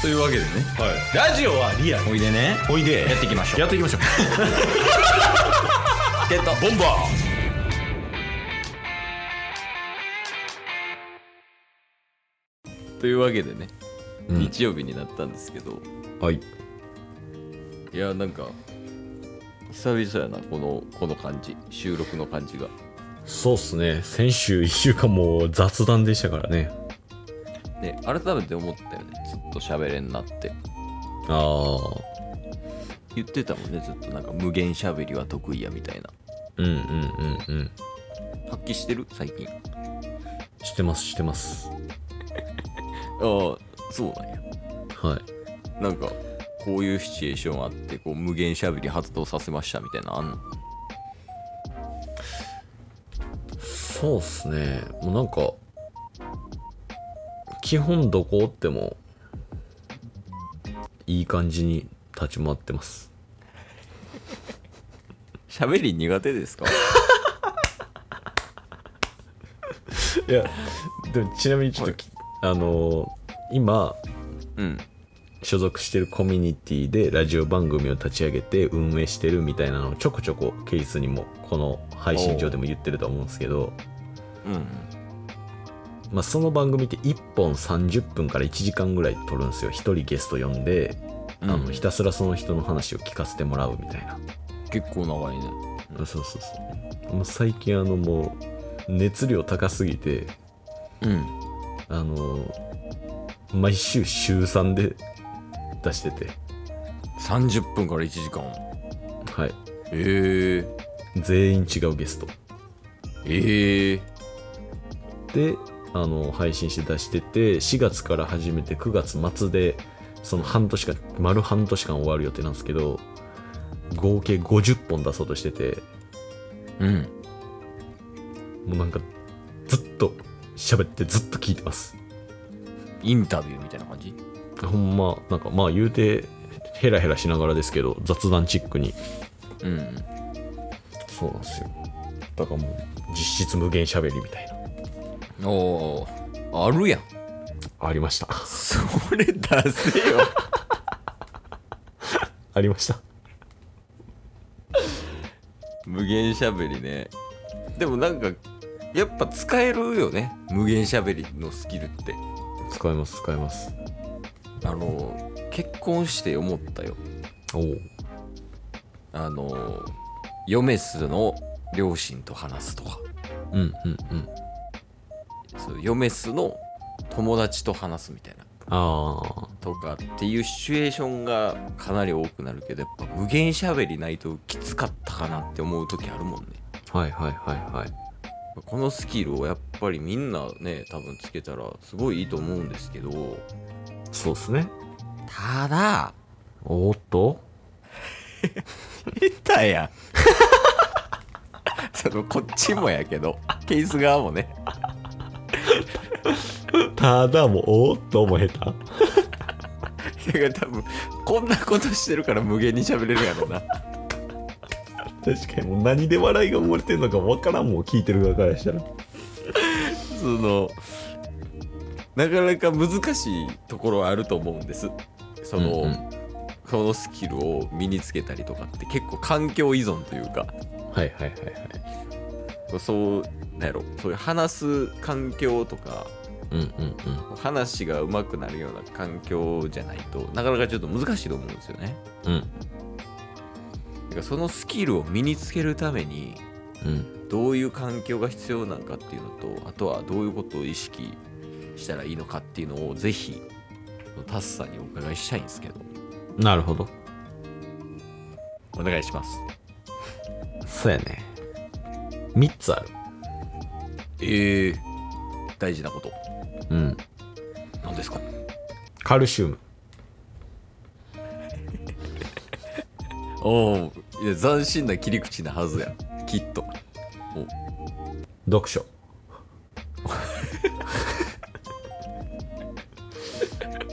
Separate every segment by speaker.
Speaker 1: というわけでね
Speaker 2: はい、ラジオはリアル
Speaker 1: おいでね
Speaker 2: おいで
Speaker 1: やっていきましょう
Speaker 2: やっていきましょう
Speaker 1: ゲット
Speaker 2: ボンバ
Speaker 1: というわけでね、
Speaker 3: うん
Speaker 1: 日曜日になったんですけど
Speaker 3: はい
Speaker 1: いやなんか久々やなこのこの感じ収録の感じが
Speaker 3: そうっすね先週1週間も雑談でしたからね
Speaker 1: ね改めて思ったよねずっと喋れんなって
Speaker 3: ああ
Speaker 1: 言ってたもんねずっとなんか無限喋りは得意やみたいな
Speaker 3: うんうんうんうん
Speaker 1: 発揮してる最近あ
Speaker 3: してますしてます
Speaker 1: あそうなんや
Speaker 3: はい
Speaker 1: なんかこういうシチュエーションあってこう無限しゃべり発動させましたみたいなのあんの
Speaker 3: そうっすねもうなんか基本どこおってもいい感じに立ち回ってます
Speaker 1: 喋り苦手ですか
Speaker 3: いやでもちなみにちょっとき、あのー今
Speaker 1: うん
Speaker 3: 所属してるコミュニティでラジオ番組を立ち上げて運営してるみたいなのをちょこちょこケイスにもこの配信上でも言ってると思うんですけど、
Speaker 1: うん
Speaker 3: まあ、その番組って1本30分から1時間ぐらい撮るんですよ1人ゲスト呼んで、
Speaker 1: うん
Speaker 3: あのひたすらその人の話を聞かせてもらうみたいな、
Speaker 1: 結構長いね
Speaker 3: そうそうそうもう最近あのもう熱量高すぎて
Speaker 1: うん
Speaker 3: あの毎週週3で出してて
Speaker 1: 30分から1時間
Speaker 3: はい
Speaker 1: え
Speaker 3: 全員違うゲスト
Speaker 1: えええ
Speaker 3: であの配信して出してて4月から始めて9月末でその半年間丸半年間終わる予定なんですけど合計50本出そうとしてて
Speaker 1: うん
Speaker 3: もうなんかずっと喋ってずっと聞いてます
Speaker 1: インタビューみたいな感じ
Speaker 3: ほんまなんかまあ言うてヘラヘラしながらですけど雑談チックに
Speaker 1: うん
Speaker 3: そうなんですよだからもう実質無限喋りみたいな
Speaker 1: おおあるやん
Speaker 3: ありました
Speaker 1: それ出せよ
Speaker 3: ありました
Speaker 1: 無限しゃべりねでもなんかやっぱ使えるよね無限しゃべりのスキルって
Speaker 3: 使います使います
Speaker 1: あの結婚して思ったよ
Speaker 3: おお
Speaker 1: あのヨメスの両親と話すとか
Speaker 3: うんうんうん
Speaker 1: そうヨメスの友達と話すみたいな
Speaker 3: ああ
Speaker 1: とかっていうシチュエーションがかなり多くなるけどやっぱ無限しゃべりないときつかったかなって思う時あるもんね
Speaker 3: はいはいはいはい
Speaker 1: このスキルをやっぱりみんなね多分つけたらすごいいいと思うんですけど
Speaker 3: そうですね
Speaker 1: ただ
Speaker 3: おーっと
Speaker 1: 下手やん そのこっちもやけどケース側もね
Speaker 3: ただもうおーっとも下
Speaker 1: だから多分こんなことしてるから無限に喋れるやろ な
Speaker 3: 手確かにもう何で笑いが漏れてるのかわからんもん聞いてる側からしたら
Speaker 1: そのなかなか難しいところはあると思うんですその、
Speaker 3: うんうん
Speaker 1: このスキルを身につけたりとかって結構環境依存というか
Speaker 3: はいはいはいはい
Speaker 1: そうなんやろそういう話す環境とか
Speaker 3: うんうん
Speaker 1: 話が上手くなるような環境じゃないとなかなかちょっと難しいと思うんですよね
Speaker 3: うんうん
Speaker 1: だからそのスキルを身につけるために
Speaker 3: うん
Speaker 1: どういう環境が必要なのかっていうのとあとはどういうことを意識したらいいのかっていうのをぜひタスさんにお伺いしたいんですけど
Speaker 3: なるほど
Speaker 1: お願いします
Speaker 3: そうやね3つある
Speaker 1: ええ大事なこと
Speaker 3: うん
Speaker 1: 何ですか
Speaker 3: カルシウム
Speaker 1: おお斬新な切り口なはずやきっと
Speaker 3: 読書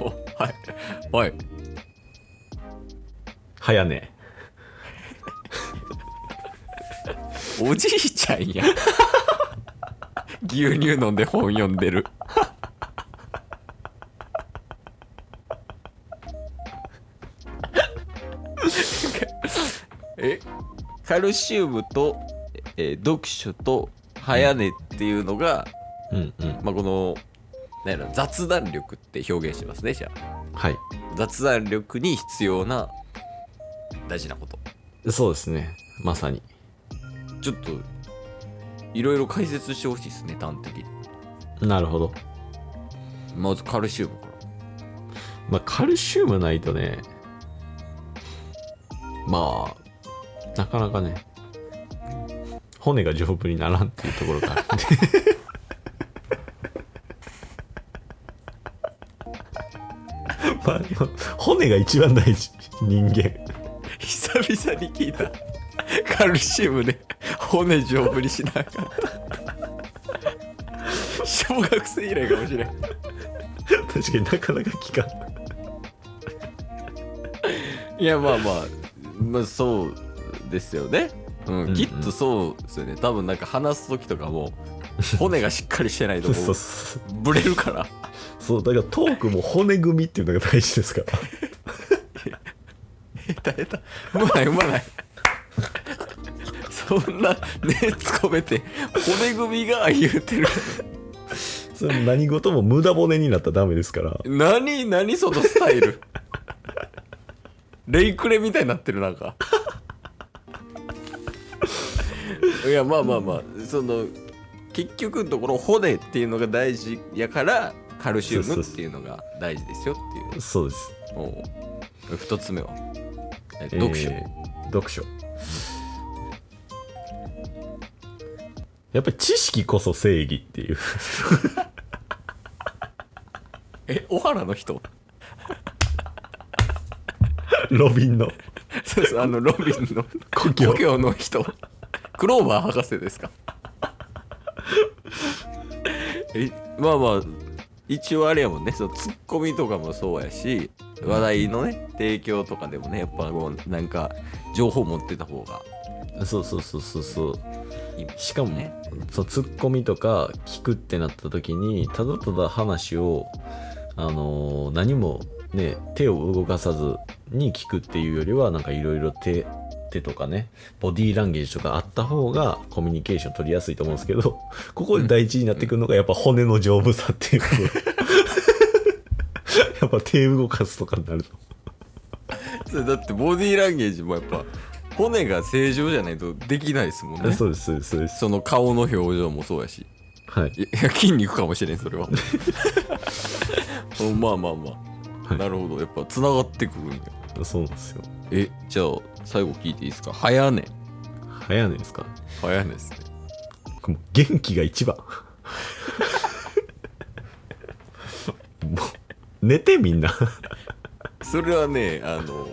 Speaker 1: お はいはい
Speaker 3: 早寝
Speaker 1: おじいちゃんや牛乳飲んで本読んでるえカルシウムと、えー読書と早寝っていうのが、
Speaker 3: うんうん。
Speaker 1: まあ、このなんやろ雑談力って表現してますねじゃあ
Speaker 3: はい。
Speaker 1: 雑談力に必要な大事なこと
Speaker 3: そうですね。まさに。
Speaker 1: ちょっといろいろ解説してほしいですね端的に
Speaker 3: なるほど。
Speaker 1: まずカルシウムから
Speaker 3: まあ、カルシウムないとね、まあ、なかなかね、骨が丈夫にならんっていうところがあるんで。 まあでも、骨が一番大事。人間。
Speaker 1: 久々に聞いたカルシウムで骨丈夫にしなか った小学生以来かもしれん
Speaker 3: 確かになかなか効かん。
Speaker 1: いやまあまあまあそうですよねうん、
Speaker 3: んうん
Speaker 1: きっとそうですよね多分なんか話す時とかも骨がしっかりしてないと
Speaker 3: そう
Speaker 1: こ
Speaker 3: そう
Speaker 1: う
Speaker 3: そう。
Speaker 1: ブレるから
Speaker 3: そう、だからトークも骨組みっていうのが大事ですから。
Speaker 1: 下手下手うまいうまない そんな熱込めて骨組みが言うてる
Speaker 3: それ何事も無駄骨になったらダメですから。
Speaker 1: 何何そのスタイルレイクレみたいになってるなんかいやまあまあまあその結局のところ骨っていうのが大事やからカルシウムっていうのが大事ですよっていう
Speaker 3: そうです。
Speaker 1: おう二つ目はえ読書、
Speaker 3: えー読書やっぱり知識こそ正義っていう
Speaker 1: え小原の人
Speaker 3: ロビンの
Speaker 1: そうそうあのロビンの
Speaker 3: 故
Speaker 1: 故
Speaker 3: 郷
Speaker 1: 郷の人クローバー博士ですか えまあまあ一応あれやもんねそのツッコミとかもそうやし話題のね提供とかでもねやっぱこうなんか情報持ってた方が
Speaker 3: そうそうそうそうそう
Speaker 1: いい
Speaker 3: しかも、
Speaker 1: ね
Speaker 3: そうツッコミとか聞くってなった時にただただ話を、あのー何もね手を動かさずに聞くっていうよりはなんかいろいろ手手とかねボディーランゲージとかあった方がコミュニケーション取りやすいと思うんですけど ここで大事になってくるのがやっぱ骨の丈夫さっていうこと やっぱ手動かすとかになると
Speaker 1: それだってボディーランゲージもやっぱ骨が正常じゃないとできないですもんね
Speaker 3: そうですそうですそうです
Speaker 1: その顔の表情もそうやし
Speaker 3: はい
Speaker 1: いや筋肉かもしれんそれはうん まあまあまあ、
Speaker 3: はい
Speaker 1: なるほどやっぱつながってくるんや
Speaker 3: そうなんですよ
Speaker 1: えじゃあ最後聞いていいですか早寝
Speaker 3: 早ないですか
Speaker 1: 早寝ですね
Speaker 3: もう元気が一番もう寝てみんな
Speaker 1: それはねあの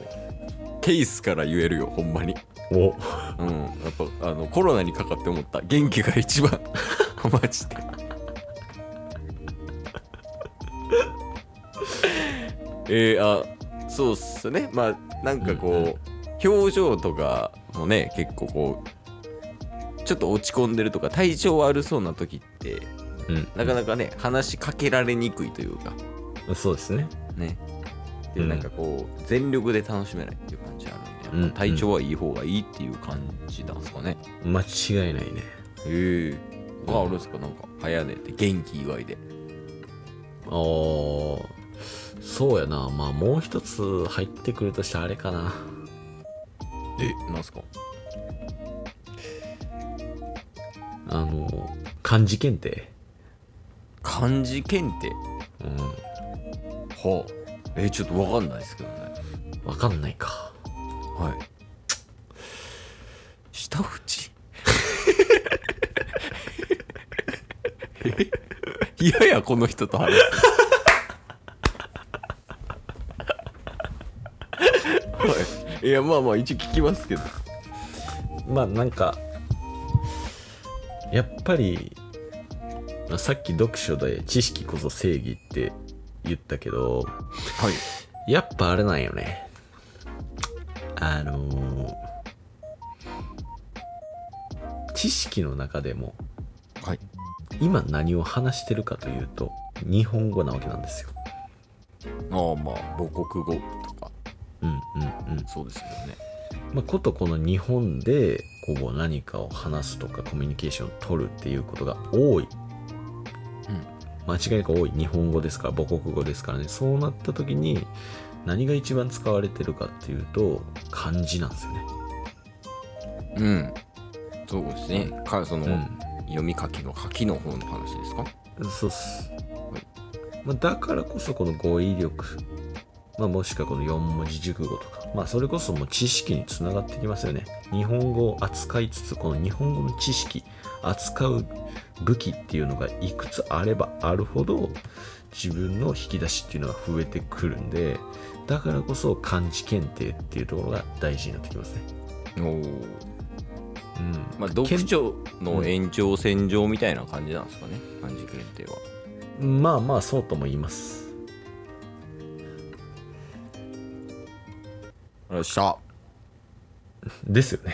Speaker 1: ケースから言えるよほんまに
Speaker 3: お
Speaker 1: うんやっぱあのコロナにかかって思った元気が一番 マジでえー、あそうっすねまあなんかこう、表情とかもね結構こうちょっと落ち込んでるとか体調悪そうな時って
Speaker 3: うん
Speaker 1: なかなかね話しかけられにくいというか
Speaker 3: そうですね
Speaker 1: ねで
Speaker 3: うん
Speaker 1: なんかこう全力で楽しめないっていう感じあるんで
Speaker 3: うん
Speaker 1: やっぱ体調はいい方がいいっていう感じなんですかね
Speaker 3: 間違いないね
Speaker 1: へえ他あるんですかなんか早寝って元気以外で
Speaker 3: あーそうやなまあもう一つ入ってくるとしたらあれかな
Speaker 1: えなんすか
Speaker 3: あの漢字検定
Speaker 1: 漢字検定
Speaker 3: うん
Speaker 1: はあえちょっとわかんないですけどね
Speaker 3: わかんないか
Speaker 1: はい下淵えいややこの人と話すはいいやまあまあ一応聞きますけど
Speaker 3: まあなんかやっぱりまあさっき読書で知識こそ正義って言ったけど
Speaker 1: はい
Speaker 3: やっぱあれなんよね。あのー知識の中でも
Speaker 1: はい
Speaker 3: 今何を話してるかというと日本語なわけなんですよ。
Speaker 1: ああまあ母国語とか
Speaker 3: うんうんうん。
Speaker 1: そうですよね
Speaker 3: まあ、ことこの日本でこう何かを話すとかコミュニケーションを取るっていうことが多い、間違いが多い日本語ですから母国語ですからねそうなった時に何が一番使われてるかっていうと漢字なんですよね、
Speaker 1: うん。そうですね。かその、
Speaker 3: うん
Speaker 1: 読み書きの書きの方の話ですか
Speaker 3: そうっす、まあ、だからこそこの語彙力、まあ、もしくはこの4文字熟語とか、まあ、それこそもう知識につながってきますよね日本語を扱いつつこの日本語の知識扱う武器っていうのがいくつあればあるほど自分の引き出しっていうのが増えてくるんでだからこそ漢字検定っていうところが大事になってきますね、
Speaker 1: おー
Speaker 3: うん
Speaker 1: まあ、
Speaker 3: 検
Speaker 1: 読書の延長線上みたいな感じなんですかね、漢字検定は。
Speaker 3: まあまあそうとも言います
Speaker 1: よっしゃ。
Speaker 3: ですよね